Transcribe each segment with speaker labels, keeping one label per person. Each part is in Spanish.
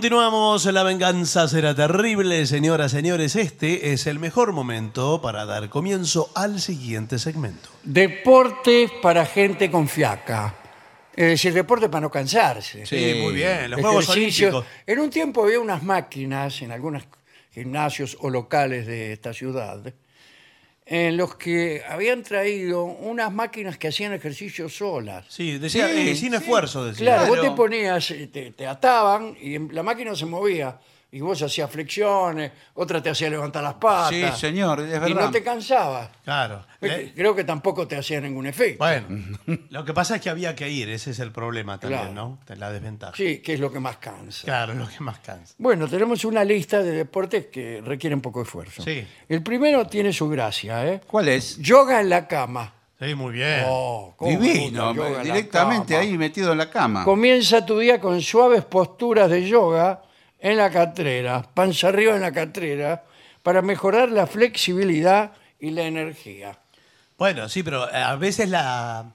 Speaker 1: Continuamos, la venganza será terrible, señoras, señores. Este es el mejor momento para dar comienzo al siguiente segmento.
Speaker 2: Deportes para gente con fiaca. Eh, Es decir, deportes para no cansarse.
Speaker 1: Sí, muy bien.
Speaker 2: Este
Speaker 1: Los Juegos
Speaker 2: Ejercicios.
Speaker 1: Olímpicos.
Speaker 2: En un tiempo había unas máquinas en algunos gimnasios o locales de esta ciudad en los que habían traído unas máquinas que hacían ejercicio solas.
Speaker 1: Sí, decía,
Speaker 3: Sí,
Speaker 1: eh, sin
Speaker 3: sí.
Speaker 1: esfuerzo, decía.
Speaker 2: Claro,
Speaker 3: Claro.
Speaker 2: vos te ponías, eh, te, te ataban y en- la máquina se movía y vos hacías flexiones, otra te hacía levantar las patas.
Speaker 3: Sí, señor, es
Speaker 2: Y
Speaker 3: verdad.
Speaker 2: no te cansabas. Este,
Speaker 1: Claro. Eh,
Speaker 2: Creo que tampoco te hacía ningún efecto.
Speaker 1: bueno, lo que pasa es que había que ir, ese es el problema también,
Speaker 2: Claro.
Speaker 1: ¿no? La desventaja.
Speaker 2: Sí, que es lo que más cansa.
Speaker 1: Claro, lo que más cansa.
Speaker 2: Bueno, tenemos una lista de deportes que requieren poco esfuerzo.
Speaker 1: Sí.
Speaker 2: El primero tiene su gracia, ¿eh?
Speaker 3: ¿Cuál es?
Speaker 2: Yoga en la cama.
Speaker 1: Sí, muy bien.
Speaker 2: Oh, cómo me gusta
Speaker 3: Divino,
Speaker 2: el yoga en la
Speaker 3: directamente
Speaker 2: cama.
Speaker 3: ahí metido en la cama.
Speaker 2: Comienza tu día con suaves posturas de yoga en la catrera, panza arriba en la catrera, para mejorar la flexibilidad y la energía.
Speaker 1: Bueno, sí, pero eh, a veces la,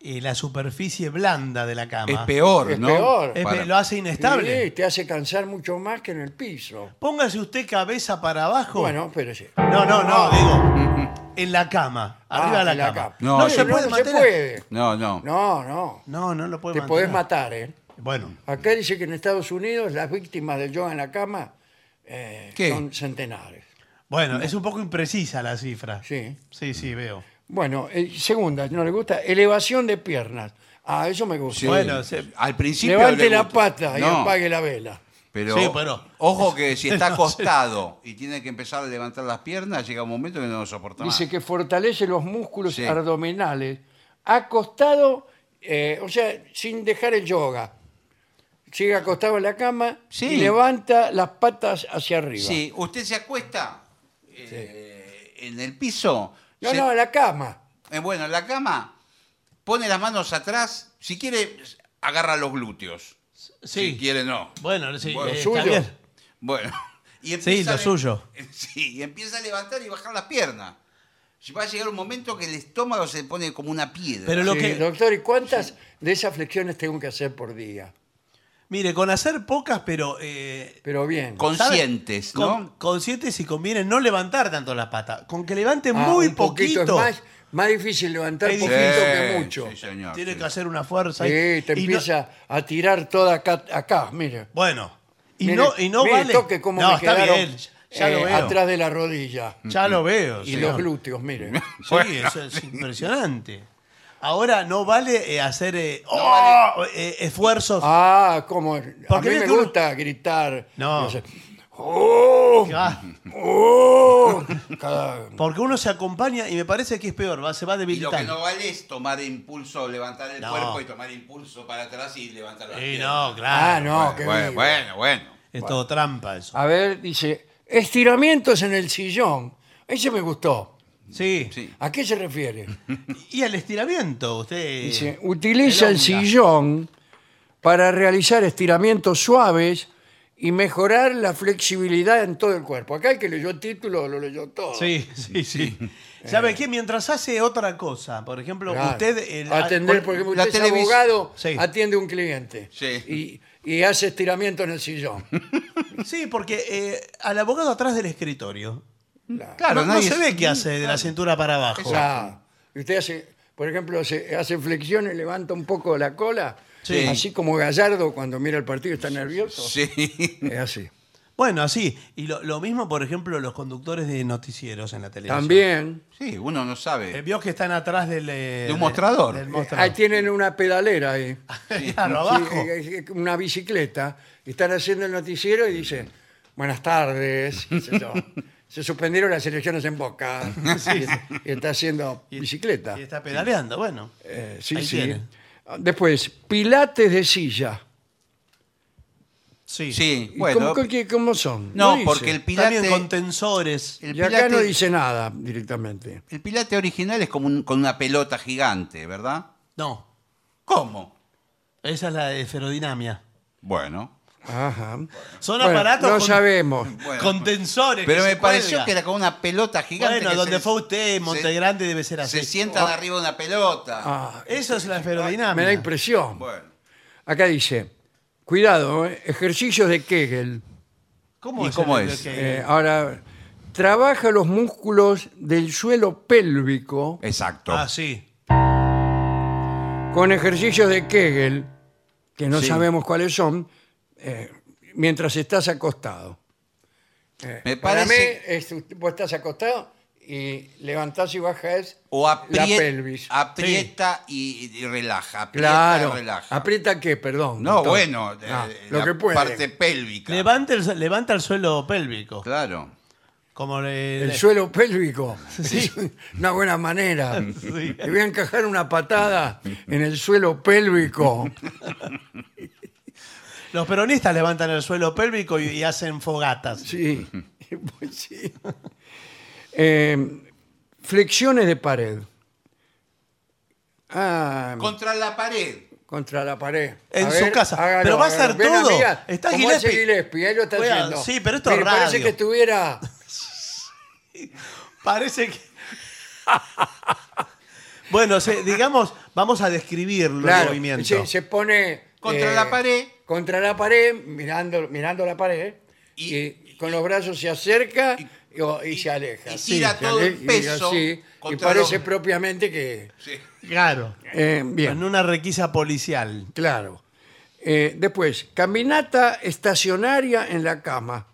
Speaker 1: eh, la superficie blanda de la cama
Speaker 3: Es peor,
Speaker 2: Es
Speaker 3: ¿no?
Speaker 2: peor.
Speaker 1: eh,
Speaker 3: Para-
Speaker 1: lo hace inestable.
Speaker 2: Sí, te hace cansar mucho más que en el piso.
Speaker 1: Póngase usted cabeza para abajo.
Speaker 2: Bueno, pero sí. Ah,
Speaker 1: No, no, no, digo, en la cama, arriba de Ah. la, cama.
Speaker 3: No,
Speaker 2: No,
Speaker 3: se
Speaker 2: no,
Speaker 3: puede
Speaker 2: no se
Speaker 1: mantener.
Speaker 2: puede.
Speaker 3: No, no.
Speaker 2: No, no.
Speaker 1: No, no lo puede
Speaker 2: Te
Speaker 1: mantener.
Speaker 2: podés matar, ¿eh?
Speaker 1: Bueno,
Speaker 2: Acá dice que en Estados Unidos las víctimas del yoga en la cama eh,
Speaker 3: ¿Qué?
Speaker 2: son centenares.
Speaker 1: bueno, es un poco imprecisa la cifra.
Speaker 2: Mm. Sí.
Speaker 1: Sí, sí, veo.
Speaker 2: Bueno, eh, segunda, no le gusta, elevación de piernas. Ah, eso me gusta.
Speaker 3: Sí.
Speaker 1: Bueno, se-
Speaker 3: al principio.
Speaker 2: Levante
Speaker 3: le
Speaker 2: la
Speaker 3: gusta.
Speaker 2: pata y
Speaker 3: No,
Speaker 2: apague la vela.
Speaker 3: Pero,
Speaker 1: Sí, pero-
Speaker 3: Ojo que si está
Speaker 1: No sé.
Speaker 3: acostado y tiene que empezar a levantar las piernas, llega un momento que no lo soporta más.
Speaker 2: Dice que fortalece los músculos
Speaker 3: Sí.
Speaker 2: abdominales. Acostado, eh, o sea, sin dejar el yoga. Sigue acostado en la cama
Speaker 3: Sí.
Speaker 2: y levanta las patas hacia arriba.
Speaker 3: Sí, usted se acuesta eh, en el piso.
Speaker 2: No,
Speaker 3: se-
Speaker 2: no, en la cama.
Speaker 3: eh, bueno, en la cama, pone las manos atrás. Si quiere, agarra los glúteos. Si quiere, no.
Speaker 1: Bueno, sí,
Speaker 3: Bueno,
Speaker 1: eh,
Speaker 2: suyo.
Speaker 1: está bien.
Speaker 3: Bueno. Y
Speaker 1: Sí, lo
Speaker 3: a le-
Speaker 1: suyo.
Speaker 3: Sí, y empieza a levantar y bajar las piernas. Y Va a llegar un momento que el estómago se pone como una piedra.
Speaker 1: Pero lo
Speaker 2: Sí,
Speaker 1: que,
Speaker 2: Doctor, ¿y cuántas de esas flexiones tengo que hacer por día?
Speaker 1: mire, con hacer pocas, pero eh,
Speaker 2: Pero bien.
Speaker 3: Conscientes,
Speaker 1: con-
Speaker 3: ¿no?
Speaker 1: conscientes y conviene no levantar tanto las patas, con que levante
Speaker 2: Ah,
Speaker 1: muy
Speaker 2: un poquito
Speaker 1: poquito.
Speaker 2: es más, más difícil levantar
Speaker 1: Es
Speaker 2: poquito que
Speaker 3: Sí,
Speaker 2: mucho.
Speaker 3: Sí, señor.
Speaker 1: Tiene
Speaker 3: sí.
Speaker 1: que hacer una fuerza.
Speaker 2: Sí,
Speaker 1: ahí.
Speaker 2: te
Speaker 1: Y no-
Speaker 2: empieza a tirar toda acá, acá mire.
Speaker 1: bueno, y
Speaker 2: Mire,
Speaker 1: no, y no
Speaker 2: mire,
Speaker 1: vale.
Speaker 2: toque cómo
Speaker 1: no,
Speaker 2: me
Speaker 1: está
Speaker 2: quedaron,
Speaker 1: bien. Ya
Speaker 2: eh,
Speaker 1: lo veo. Mm,
Speaker 2: atrás de la rodilla.
Speaker 1: Ya lo veo.
Speaker 2: Y
Speaker 1: señor.
Speaker 2: los glúteos, mire.
Speaker 1: Sí, eso es impresionante. Ahora no vale eh, hacer eh, ¡oh! eh, esfuerzos.
Speaker 2: Ah, como... A mí
Speaker 1: Porque ves
Speaker 2: me
Speaker 1: que uno-
Speaker 2: gusta gritar.
Speaker 1: No.
Speaker 2: Yo sé, ¡Oh!
Speaker 1: Ah,
Speaker 2: ¡Oh! Cada-
Speaker 1: Porque uno se acompaña y me parece que es peor, va, se va
Speaker 3: Y lo que
Speaker 1: debilitando.
Speaker 3: no vale es tomar impulso, levantar el
Speaker 1: No.
Speaker 3: cuerpo y tomar impulso para atrás y levantar las
Speaker 1: Sí,
Speaker 3: piernas.
Speaker 1: no,
Speaker 2: Ah,
Speaker 1: claro.
Speaker 2: no, qué
Speaker 3: bueno,
Speaker 2: vivo.
Speaker 3: bueno, bueno.
Speaker 1: Es todo trampa eso.
Speaker 2: A ver, dice, estiramientos en el sillón. Ese me gustó.
Speaker 1: Sí.
Speaker 3: Sí.
Speaker 2: ¿A qué se refiere?
Speaker 1: Y el estiramiento, usted.
Speaker 2: Dice, utiliza el
Speaker 1: elonga.
Speaker 2: sillón para realizar estiramientos suaves y mejorar la flexibilidad en todo el cuerpo. Acá el que leyó el título lo leyó todo.
Speaker 1: Sí, sí, sí.
Speaker 3: Eh.
Speaker 1: ¿Sabe qué? Mientras hace otra cosa, por ejemplo,
Speaker 2: Claro.
Speaker 1: usted. el-
Speaker 2: Atender,
Speaker 1: con-
Speaker 2: por ejemplo,
Speaker 3: la
Speaker 2: usted es
Speaker 3: televis-
Speaker 2: abogado,
Speaker 1: Sí.
Speaker 2: atiende un cliente
Speaker 3: Sí.
Speaker 2: y, y hace estiramiento en el sillón.
Speaker 1: Sí, porque eh, al abogado atrás del escritorio.
Speaker 2: Claro.
Speaker 3: Claro,
Speaker 1: no, no
Speaker 3: nadie-
Speaker 1: se ve qué hace de la cintura para abajo.
Speaker 2: Claro. Y usted hace, por ejemplo, se- hace flexiones, levanta un poco la cola,
Speaker 3: Sí.
Speaker 2: así como Gallardo cuando mira el partido está nervioso.
Speaker 3: Sí.
Speaker 2: Es así.
Speaker 1: Bueno, así. Y lo, lo mismo, por ejemplo, los conductores de noticieros en la televisión.
Speaker 2: También.
Speaker 3: Sí, uno no
Speaker 1: Eh,
Speaker 3: sabe.
Speaker 1: vio que están atrás del. eh,
Speaker 3: De un mostrador.
Speaker 1: Del
Speaker 2: Ahí
Speaker 1: mostrador.
Speaker 2: tienen una pedalera ahí.
Speaker 1: Claro,
Speaker 2: Sí,
Speaker 1: abajo.
Speaker 2: eh, eh, una bicicleta, y están haciendo el noticiero y dicen, buenas tardes, qué sé yo. se suspendieron las elecciones en Boca, y, y está haciendo bicicleta.
Speaker 1: Y está pedaleando, bueno.
Speaker 2: Eh, sí,
Speaker 1: ahí
Speaker 2: sí.
Speaker 1: tiene.
Speaker 2: Después, pilates de silla.
Speaker 1: Sí.
Speaker 3: Sí,
Speaker 2: ¿Y
Speaker 3: bueno.
Speaker 2: ¿Cómo, qué- cómo son?
Speaker 3: No,
Speaker 2: dice.
Speaker 3: porque el
Speaker 1: También
Speaker 3: pilate.
Speaker 1: con tensores.
Speaker 3: El
Speaker 2: Y acá no
Speaker 3: pilate-
Speaker 2: dice nada directamente.
Speaker 3: El pilate original es como un- con una pelota gigante, ¿verdad?
Speaker 1: No,
Speaker 3: ¿Cómo?
Speaker 1: esa es la de esferodinamia.
Speaker 3: Bueno.
Speaker 2: Ajá.
Speaker 1: Son
Speaker 2: Bueno,
Speaker 1: aparatos
Speaker 2: No
Speaker 1: con-
Speaker 2: sabemos.
Speaker 3: Bueno.
Speaker 1: Con tensores.
Speaker 3: Pero
Speaker 1: que
Speaker 3: me
Speaker 1: se
Speaker 3: pareció
Speaker 1: cuelga.
Speaker 3: que era como una pelota gigante.
Speaker 1: Bueno,
Speaker 3: que
Speaker 1: donde
Speaker 3: se-
Speaker 1: fue usted, Monte
Speaker 3: se,
Speaker 1: Grande, debe ser así. Ah.
Speaker 3: se sientan arriba de una pelota.
Speaker 2: Ah,
Speaker 1: Eso es la
Speaker 2: me da
Speaker 1: esferodinamia.
Speaker 2: impresión.
Speaker 3: Bueno.
Speaker 2: Acá dice, Cuidado, ¿eh? ejercicios de Kegel.
Speaker 1: ¿Cómo
Speaker 3: ¿Y
Speaker 1: es?
Speaker 3: cómo
Speaker 1: el-
Speaker 3: es?
Speaker 1: el-
Speaker 2: Eh, ahora, trabaja los músculos del suelo pélvico
Speaker 3: Exacto.
Speaker 1: Ah, sí.
Speaker 2: con ejercicios de Kegel, que no
Speaker 3: Sí.
Speaker 2: sabemos cuáles son, eh, mientras estás acostado.
Speaker 3: Me
Speaker 2: Para mí,
Speaker 3: parece.
Speaker 2: es- vos estás acostado y levantás y bajás
Speaker 3: o
Speaker 2: la
Speaker 3: aprie-
Speaker 2: pelvis.
Speaker 3: aprieta y, y relaja. Aprieta
Speaker 2: Claro.
Speaker 3: y relaja.
Speaker 2: ¿Aprieta qué? Perdón.
Speaker 3: no,
Speaker 2: doctor.
Speaker 3: bueno.
Speaker 2: Ah,
Speaker 3: eh,
Speaker 2: lo
Speaker 3: la
Speaker 2: que puede.
Speaker 3: Parte pélvica.
Speaker 1: Levanta el, levanta el suelo pélvico.
Speaker 3: Claro.
Speaker 1: Como le-
Speaker 2: El
Speaker 1: le-
Speaker 2: suelo pélvico. Es una buena manera.
Speaker 1: Sí.
Speaker 2: Te voy a encajar una patada en el suelo pélvico.
Speaker 1: Los peronistas levantan el suelo pélvico y, y hacen fogatas.
Speaker 2: Sí. Pues sí. Eh, flexiones de pared. Ah,
Speaker 3: Contra la pared.
Speaker 2: contra la pared.
Speaker 1: En su casa. Pero va a hacer
Speaker 2: ven,
Speaker 1: todo.
Speaker 2: amiga,
Speaker 1: Está
Speaker 2: como
Speaker 1: Gillespie.
Speaker 2: hace Gillespie, ahí lo está
Speaker 1: Oiga,
Speaker 2: haciendo.
Speaker 1: sí, pero esto es
Speaker 2: Mire, Parece
Speaker 1: radio.
Speaker 2: que estuviera...
Speaker 1: Parece que. bueno, se- digamos, vamos a describir los
Speaker 2: Claro,
Speaker 1: movimientos.
Speaker 2: Se, se pone... eh,
Speaker 3: Contra la pared.
Speaker 2: Contra la pared, mirando, mirando la pared. eh, Y,
Speaker 3: Y-
Speaker 2: con los brazos se acerca y, o- y se aleja.
Speaker 3: y tira
Speaker 2: se
Speaker 3: todo el
Speaker 2: aleja y
Speaker 3: peso
Speaker 2: así, y
Speaker 3: contra
Speaker 2: parece
Speaker 3: los-
Speaker 2: propiamente que...
Speaker 3: Sí.
Speaker 1: Claro.
Speaker 2: Eh, bien.
Speaker 1: En una requisa policial.
Speaker 2: Claro. Eh, después, caminata estacionaria en la cama.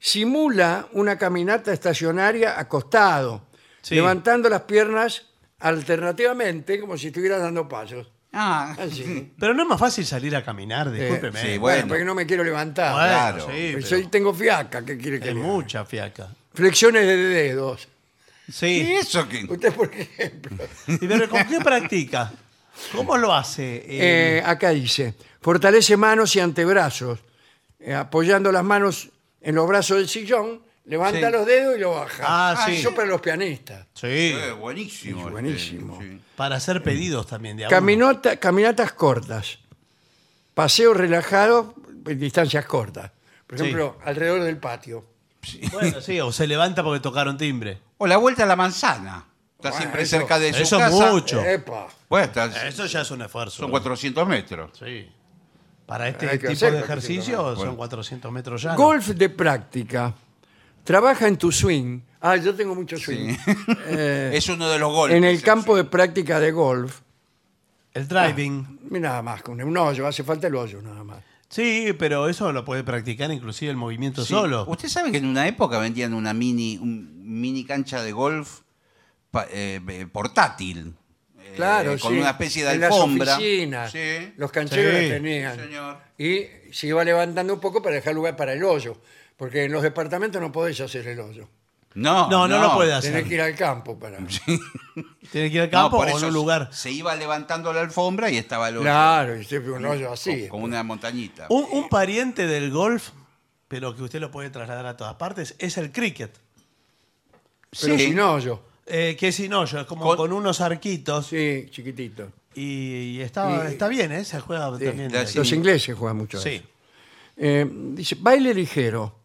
Speaker 2: Simula una caminata estacionaria acostado,
Speaker 1: Sí.
Speaker 2: levantando las piernas alternativamente como si estuvieras dando pasos.
Speaker 3: Ah,
Speaker 2: Así.
Speaker 1: Pero no es más fácil salir a caminar, discúlpeme.
Speaker 3: sí,
Speaker 1: bueno,
Speaker 3: bueno,
Speaker 2: porque no me quiero levantar.
Speaker 3: claro.
Speaker 1: sí,
Speaker 3: Pero
Speaker 1: pero
Speaker 2: Pues hoy tengo fiaca, ¿qué quiere que
Speaker 1: es
Speaker 2: le haga?
Speaker 1: mucha fiaca.
Speaker 2: Flexiones de dedos.
Speaker 1: Sí.
Speaker 3: ¿Y eso que
Speaker 2: Usted, por ejemplo,
Speaker 1: Y pero ¿con qué practica? ¿Cómo lo hace? Eh,
Speaker 2: eh, acá dice, fortalece manos y antebrazos, eh, apoyando las manos en los brazos del sillón, levanta
Speaker 3: Sí.
Speaker 2: los dedos y lo baja.
Speaker 1: Ah, sí.
Speaker 2: Eso para los pianistas.
Speaker 1: sí.
Speaker 3: Eh, buenísimo.
Speaker 2: Sí,
Speaker 3: este,
Speaker 2: buenísimo.
Speaker 3: sí.
Speaker 1: Para hacer pedidos también de a uno.
Speaker 2: Caminota- caminatas cortas, paseos relajados en distancias cortas. Por
Speaker 1: Sí.
Speaker 2: ejemplo, alrededor del patio.
Speaker 1: Bueno, sí, o se levanta porque tocaron timbre.
Speaker 3: O la vuelta a la manzana. Está
Speaker 2: Bueno,
Speaker 3: siempre
Speaker 2: eso-
Speaker 3: cerca de su
Speaker 1: eso es
Speaker 3: casa.
Speaker 1: mucho. Yo.
Speaker 2: Epa,
Speaker 3: Bueno, está-
Speaker 1: Eso ya es un esfuerzo.
Speaker 3: son 400 metros.
Speaker 1: Sí. Para este
Speaker 2: Hay que
Speaker 1: tipo
Speaker 2: hacerlo,
Speaker 1: de ejercicio
Speaker 2: 400
Speaker 1: son
Speaker 3: Bueno.
Speaker 1: 400 metros ya.
Speaker 2: Golf de práctica. Trabaja en tu swing. Ah, yo tengo mucho swing. Eh,
Speaker 3: Es uno de los golpes.
Speaker 2: en el
Speaker 3: eso.
Speaker 2: campo de práctica de golf.
Speaker 1: El driving.
Speaker 2: Mira nada más, con un hoyo, hace falta el hoyo nada más.
Speaker 3: Eh,
Speaker 1: Sí, pero eso lo puede practicar inclusive el movimiento
Speaker 3: Sí.
Speaker 1: solo.
Speaker 3: Usted sabe que en una época vendían una mini, un mini cancha de golf pa- eh, eh, portátil. eh,
Speaker 2: Claro,
Speaker 3: Con
Speaker 2: sí.
Speaker 3: una especie de
Speaker 2: En
Speaker 3: alfombra.
Speaker 2: Las oficinas,
Speaker 3: Sí.
Speaker 2: Los cancheros
Speaker 1: Sí.
Speaker 2: la tenían.
Speaker 3: Señor.
Speaker 2: Y se iba levantando un poco para dejar lugar para el hoyo. Porque en los departamentos no podéis hacer el hoyo.
Speaker 3: No,
Speaker 1: No, no lo puede hacer.
Speaker 2: Tenés que ir al campo para.
Speaker 1: Tiene que ir al
Speaker 3: No,
Speaker 1: campo
Speaker 3: por
Speaker 1: o en
Speaker 3: eso
Speaker 1: un lugar.
Speaker 3: Se iba levantando la alfombra y estaba el hoyo.
Speaker 2: Claro, y siempre un hoyo así.
Speaker 3: Con, con una montañita.
Speaker 1: Un, un pariente del golf, pero que usted lo puede trasladar a todas partes, es el cricket.
Speaker 2: Pero
Speaker 3: Sí.
Speaker 2: sin hoyo.
Speaker 1: Eh, que sin hoyo, es como con,
Speaker 3: Con-
Speaker 1: unos arquitos.
Speaker 2: Sí, chiquitito.
Speaker 1: Y, y está,
Speaker 2: Y-
Speaker 1: está bien, ¿eh? Se juega
Speaker 2: Sí,
Speaker 1: también.
Speaker 3: la-
Speaker 1: de-
Speaker 3: sí.
Speaker 2: Los ingleses juegan mucho a
Speaker 1: Sí.
Speaker 2: eso. Eh, dice, baile ligero.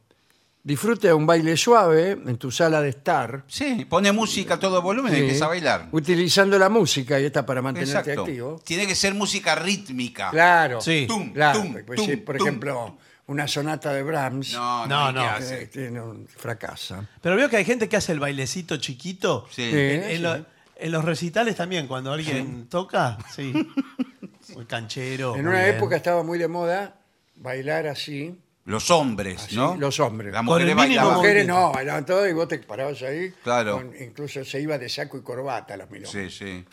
Speaker 2: Disfruta de un baile suave en tu sala de estar.
Speaker 3: Sí, pone música a todo volumen y
Speaker 2: Sí.
Speaker 3: empieza a bailar.
Speaker 2: Utilizando la música y esta para mantenerte
Speaker 3: Exacto.
Speaker 2: activo.
Speaker 3: Tiene que ser música rítmica.
Speaker 2: Claro.
Speaker 1: Sí.
Speaker 3: Tum,
Speaker 2: Claro,
Speaker 3: tum,
Speaker 2: pues,
Speaker 3: tum,
Speaker 2: sí, por
Speaker 3: tum.
Speaker 2: ejemplo, una sonata de Brahms
Speaker 3: No,
Speaker 1: No,
Speaker 3: no,
Speaker 1: no.
Speaker 3: no.
Speaker 2: eh, tiene un- fracasa.
Speaker 1: Pero veo que hay gente que hace el bailecito chiquito.
Speaker 3: Sí.
Speaker 2: Sí.
Speaker 1: En, en lo- en los recitales también, cuando alguien toca, sí. Muy
Speaker 3: Oh,
Speaker 1: canchero.
Speaker 2: en
Speaker 1: muy
Speaker 2: una
Speaker 1: bien.
Speaker 2: época estaba muy de moda bailar así.
Speaker 3: Los
Speaker 1: Ah,
Speaker 3: hombres,
Speaker 2: Así,
Speaker 3: ¿no?
Speaker 2: los hombres.
Speaker 3: Las
Speaker 1: Con el
Speaker 3: mujeres
Speaker 1: mínimo
Speaker 2: Las
Speaker 1: Estaba-
Speaker 3: bailaban.
Speaker 2: mujeres no, bailaban todo y vos te parabas ahí.
Speaker 3: Claro.
Speaker 2: incluso se iba de saco y corbata a las milongas.
Speaker 3: Sí, sí.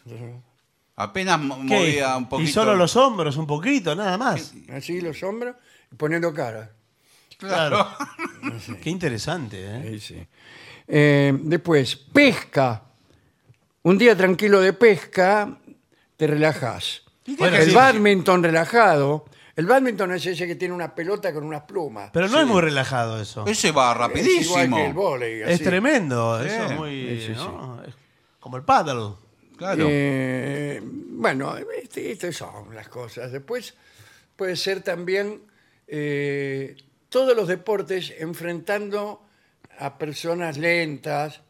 Speaker 3: Apenas mo-
Speaker 1: ¿Qué?
Speaker 3: movía un poquito.
Speaker 1: Y solo los hombros, un poquito, nada más.
Speaker 2: Así los hombros y poniendo cara.
Speaker 1: Claro. Qué interesante, ¿eh?
Speaker 2: Ahí sí. Eh, después, pesca. Un día tranquilo de pesca, te relajás.
Speaker 3: ¿Y qué
Speaker 1: Bueno,
Speaker 2: el
Speaker 1: sí.
Speaker 2: badminton relajado. El badminton es ese que tiene una pelota con unas plumas.
Speaker 1: Pero no es muy relajado eso. Es,
Speaker 3: Ese
Speaker 2: Es igual
Speaker 3: va
Speaker 2: que el
Speaker 3: rapidísimo.
Speaker 2: vóley, así.
Speaker 1: tremendo.
Speaker 3: Sí.
Speaker 1: Eso es muy.
Speaker 2: Sí, sí,
Speaker 1: ¿no? Es Como el paddle.
Speaker 3: Claro.
Speaker 2: Eh, bueno, este- estas son las cosas. Después puede ser también eh, todos los deportes enfrentando a personas lentas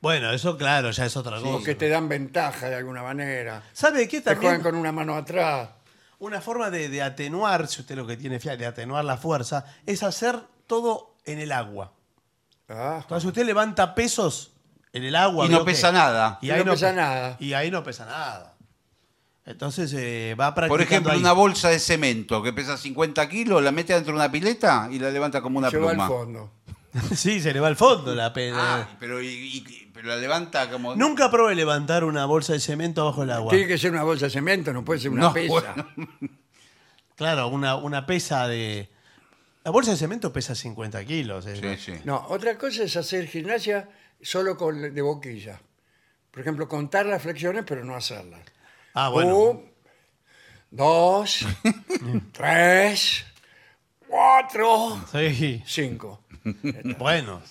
Speaker 1: Bueno, eso, claro, ya es otra
Speaker 2: o
Speaker 1: cosa.
Speaker 2: que te dan ventaja de alguna manera.
Speaker 1: ¿Sabe qué
Speaker 2: Te juegan
Speaker 1: también?
Speaker 2: con una mano atrás.
Speaker 1: Una forma de, de atenuar, si usted lo que tiene fiar, de atenuar la fuerza, es hacer todo en el agua.
Speaker 2: Ah,
Speaker 1: Entonces usted levanta pesos en el agua.
Speaker 3: Y no
Speaker 1: ¿vio
Speaker 3: pesa
Speaker 1: que-
Speaker 3: nada.
Speaker 2: Y no pesa nada.
Speaker 1: Y ahí no pesa nada. Entonces eh, va practicando
Speaker 3: Por ejemplo,
Speaker 1: ahí.
Speaker 3: una bolsa de cemento que pesa 50 kilos, la mete dentro de una pileta y la levanta como una
Speaker 2: se va al
Speaker 3: pluma.
Speaker 2: fondo.
Speaker 1: sí, se le va al fondo la pena.
Speaker 3: Ah, pero, y- y- pero la levanta como...
Speaker 1: Nunca probé levantar una bolsa de cemento abajo del agua.
Speaker 2: Tiene que ser una bolsa de cemento, no puede ser una
Speaker 3: No,
Speaker 2: pesa.
Speaker 3: bueno.
Speaker 1: Claro, una, una pesa de... La bolsa de cemento pesa 50 kilos. eh.
Speaker 3: Sí, sí.
Speaker 2: No, otra cosa es hacer gimnasia solo con de boquilla. Por ejemplo, contar las flexiones, pero no hacerlas.
Speaker 1: Ah, bueno.
Speaker 2: Un, dos, tres, cuatro,
Speaker 1: Sí,
Speaker 2: cinco.
Speaker 1: bueno.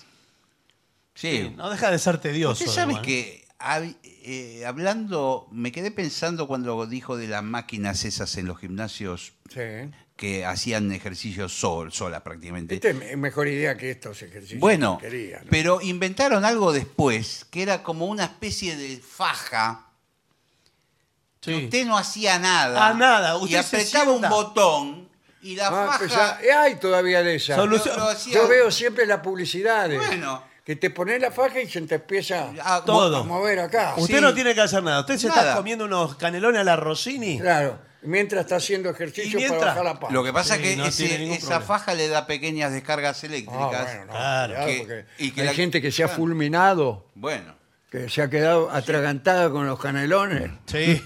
Speaker 3: Sí.
Speaker 1: No deja de ser tedioso.
Speaker 3: Usted sabe
Speaker 1: igual.
Speaker 3: que hab- eh, hablando, me quedé pensando cuando dijo de las máquinas esas en los gimnasios
Speaker 2: Sí.
Speaker 3: que hacían ejercicios sol, solas prácticamente.
Speaker 2: Esta es me- mejor idea que estos ejercicios.
Speaker 3: Bueno,
Speaker 2: que quería, ¿no?
Speaker 3: pero inventaron algo después, que era como una especie de faja. que
Speaker 1: Sí.
Speaker 3: Usted no hacía nada.
Speaker 1: Ah, nada,
Speaker 3: y
Speaker 1: usted se
Speaker 3: apretaba un
Speaker 1: sienta.
Speaker 3: botón y la
Speaker 2: Ah,
Speaker 3: faja...
Speaker 2: pues ya- eh, hay todavía de esas.
Speaker 1: Solu-
Speaker 3: lo- lo hacía-
Speaker 2: Yo veo siempre las publicidades.
Speaker 3: Bueno.
Speaker 2: Que te pones la faja y se te empieza
Speaker 3: Ah, bo-
Speaker 1: Todo.
Speaker 2: a mover acá.
Speaker 1: Usted
Speaker 3: Sí.
Speaker 1: no tiene que hacer nada. Usted se
Speaker 3: Nada.
Speaker 1: está comiendo unos canelones a la Rossini.
Speaker 2: Claro. Mientras está haciendo ejercicio
Speaker 1: Y mientras-
Speaker 2: para bajar la Ah, paja.
Speaker 3: Lo que pasa
Speaker 1: Sí,
Speaker 3: es que
Speaker 1: no
Speaker 3: ese-
Speaker 1: tiene ningún
Speaker 3: esa
Speaker 1: problema.
Speaker 3: faja le da pequeñas descargas
Speaker 2: Ah,
Speaker 3: eléctricas.
Speaker 2: bueno, no,
Speaker 1: Claro.
Speaker 2: cuidado,
Speaker 3: Que-
Speaker 2: porque
Speaker 3: y que
Speaker 2: hay
Speaker 3: la-
Speaker 2: gente que se ha
Speaker 3: claro.
Speaker 2: fulminado,
Speaker 3: bueno.
Speaker 2: que se ha quedado atragantada con los canelones
Speaker 1: Sí.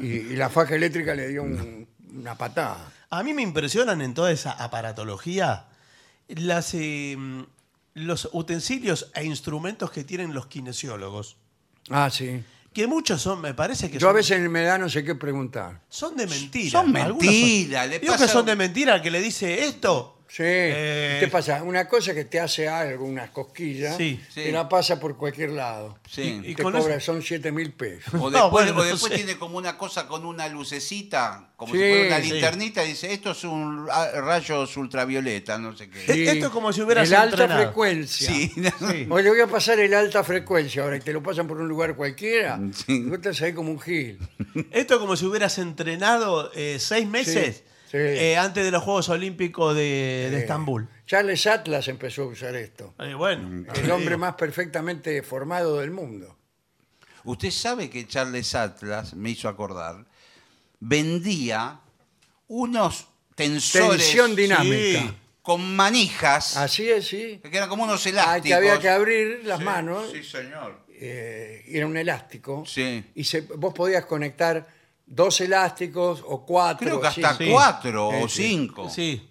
Speaker 2: y, y la faja eléctrica le dio un- una patada.
Speaker 1: A mí me impresionan en toda esa aparatología las, eh, los utensilios e instrumentos que tienen los kinesiólogos.
Speaker 2: Ah, sí.
Speaker 1: Que muchos son, me parece que
Speaker 2: Yo a
Speaker 1: son,
Speaker 2: veces me da no sé qué preguntar.
Speaker 1: son de mentira.
Speaker 3: Son
Speaker 1: Algunos
Speaker 3: mentira, le
Speaker 1: Digo
Speaker 3: pasa-
Speaker 1: que son de mentira el que le dice esto.
Speaker 2: Sí.
Speaker 1: Eh,
Speaker 2: ¿Qué pasa? Una cosa que te hace algo, unas cosquillas,
Speaker 1: Sí,
Speaker 3: sí.
Speaker 2: te la pasa por cualquier lado.
Speaker 3: Sí.
Speaker 1: Y-
Speaker 2: te
Speaker 1: con
Speaker 2: cobra,
Speaker 1: eso-
Speaker 2: son 7 mil pesos.
Speaker 3: O después,
Speaker 1: No, bueno,
Speaker 3: o después
Speaker 1: no sé.
Speaker 3: tiene como una cosa con una lucecita, como
Speaker 2: Sí,
Speaker 3: si fuera una
Speaker 2: sí.
Speaker 3: linternita, y dice, esto es un ra- rayos ultravioleta, no sé qué.
Speaker 1: Sí. Esto es como si hubieras
Speaker 2: El alta
Speaker 1: entrenado.
Speaker 2: frecuencia.
Speaker 3: Sí.
Speaker 2: O le voy a pasar el alta frecuencia ahora y te lo pasan por un lugar cualquiera.
Speaker 3: Sí.
Speaker 2: Vos estás ahí como un gil.
Speaker 1: Esto es como si hubieras entrenado eh, seis meses
Speaker 2: sí.
Speaker 1: eh, antes de los Juegos Olímpicos de, de Estambul.
Speaker 2: Charles Atlas empezó a usar esto.
Speaker 1: Eh, bueno,
Speaker 3: Ah,
Speaker 2: El hombre más perfectamente formado del mundo.
Speaker 3: Usted sabe que Charles Atlas, me hizo acordar, vendía unos tensores
Speaker 2: Tensión dinámica.
Speaker 3: sí, con manijas,
Speaker 2: Así es, sí.
Speaker 3: que eran como unos
Speaker 2: Ah,
Speaker 3: elásticos.
Speaker 2: que había que abrir las
Speaker 3: Sí,
Speaker 2: manos.
Speaker 3: Sí, señor.
Speaker 2: eh, y era un elástico.
Speaker 3: Sí.
Speaker 2: Y se- vos podías conectar dos elásticos o cuatro.
Speaker 3: Creo
Speaker 2: o
Speaker 3: que hasta
Speaker 2: cinco.
Speaker 3: cuatro
Speaker 2: Sí,
Speaker 3: o
Speaker 2: sí.
Speaker 3: cinco.
Speaker 1: sí.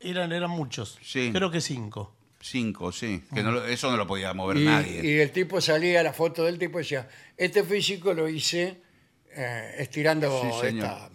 Speaker 1: Eran, eran muchos.
Speaker 3: Sí.
Speaker 1: Creo que cinco.
Speaker 3: Cinco, sí. Que no lo- eso no lo podía mover
Speaker 2: Ah. Y,
Speaker 3: nadie.
Speaker 2: y el tipo salía, la foto del tipo decía, este físico lo hice eh, estirando
Speaker 3: Sí, señor.
Speaker 2: esta-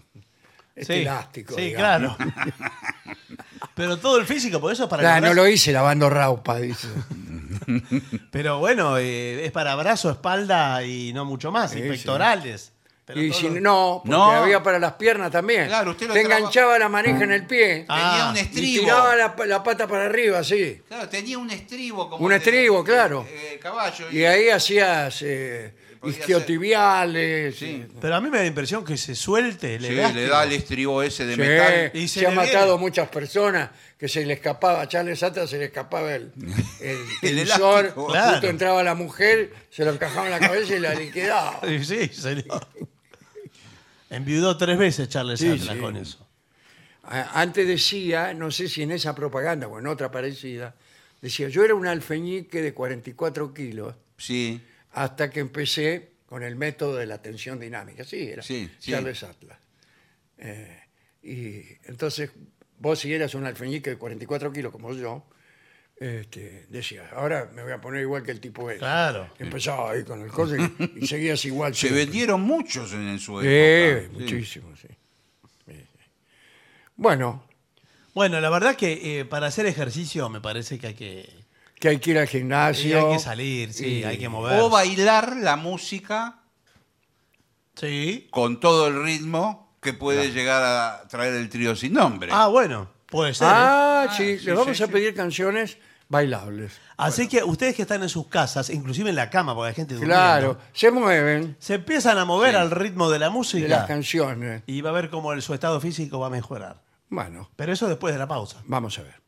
Speaker 2: este
Speaker 1: Sí.
Speaker 2: elástico.
Speaker 1: Sí,
Speaker 2: digamos".
Speaker 1: claro. Pero todo el físico, por eso es para
Speaker 2: Claro, no
Speaker 1: el
Speaker 2: lo hice lavando raupa, dice.
Speaker 1: abrazo. Pero bueno, eh, es para brazo, espalda y no mucho más, y
Speaker 2: sí.
Speaker 1: pectorales. Pero
Speaker 2: y
Speaker 1: todo
Speaker 2: si
Speaker 1: lo-
Speaker 2: no, porque
Speaker 3: No.
Speaker 2: había para las piernas también.
Speaker 3: Claro, usted lo
Speaker 2: Te
Speaker 3: traba-
Speaker 2: enganchaba la manija en el pie
Speaker 1: Ah,
Speaker 3: tenía un
Speaker 1: y
Speaker 2: y
Speaker 3: estribo.
Speaker 2: tiraba la, la pata para arriba, así.
Speaker 3: Claro, tenía un estribo. Como
Speaker 2: Un
Speaker 3: el de-
Speaker 2: estribo,
Speaker 3: el-
Speaker 2: claro.
Speaker 3: el- el caballo.
Speaker 2: Y ahí hacías eh,
Speaker 3: Podía
Speaker 2: isquiotibiales. eh,
Speaker 3: Sí.
Speaker 1: Pero a mí me da la impresión que se suelte.
Speaker 3: Sí,
Speaker 1: Le
Speaker 3: le da el estribo ese de
Speaker 2: Sí,
Speaker 3: metal.
Speaker 1: Y se
Speaker 2: se, ha
Speaker 1: le
Speaker 2: matado
Speaker 1: viene.
Speaker 2: muchas personas que se le escapaba, a Charles Atlas se le escapaba el, el,
Speaker 3: El
Speaker 2: tensor,
Speaker 3: elástico.
Speaker 1: Claro.
Speaker 2: justo entraba la mujer, se lo encajaba en la cabeza y la liquidaba.
Speaker 1: Sí, señor. Enviudó tres veces Charles
Speaker 2: Sí,
Speaker 1: Atlas
Speaker 2: sí.
Speaker 1: con eso.
Speaker 2: A- Antes decía, no sé si en esa propaganda o en otra parecida, decía, yo era un alfeñique de 44 kilos
Speaker 3: Sí,
Speaker 2: hasta que empecé con el método de la tensión dinámica. Sí, era
Speaker 3: Sí, sí.
Speaker 2: Charles Atlas. Eh, y entonces, vos si eras un alfeñique de 44 kilos como yo, este, decías, ahora me voy a poner igual que el tipo ese.
Speaker 1: Claro.
Speaker 2: Empezaba ahí con el coche y, y seguías igual.
Speaker 3: se
Speaker 2: siempre.
Speaker 3: vendieron muchos en, en su época.
Speaker 2: Sí,
Speaker 3: Sí.
Speaker 2: muchísimo, sí. Sí, sí. Bueno,
Speaker 1: Bueno, la verdad que eh, para hacer ejercicio me parece que eh, hay que,
Speaker 2: que hay que ir al
Speaker 1: y
Speaker 2: gimnasio.
Speaker 1: hay que salir, sí,
Speaker 2: Y-
Speaker 1: hay que mover.
Speaker 3: O bailar la música
Speaker 1: Sí.
Speaker 3: con todo el ritmo que puede llegar a traer el trío sin nombre.
Speaker 1: Ah, bueno, puede ser. ¿eh?
Speaker 2: Ah, sí,
Speaker 3: sí,
Speaker 2: les vamos
Speaker 3: sí,
Speaker 2: a
Speaker 3: sí.
Speaker 2: pedir canciones bailables.
Speaker 1: Así que ustedes que están en sus casas, inclusive en la cama, porque hay gente durmiendo,
Speaker 2: Claro, se mueven
Speaker 1: se empiezan a mover al ritmo de la
Speaker 2: de las
Speaker 1: música
Speaker 2: canciones.
Speaker 1: y va a ver cómo el- su estado físico va a mejorar.
Speaker 2: Bueno,
Speaker 1: Pero eso después de la pausa.
Speaker 2: vamos a ver.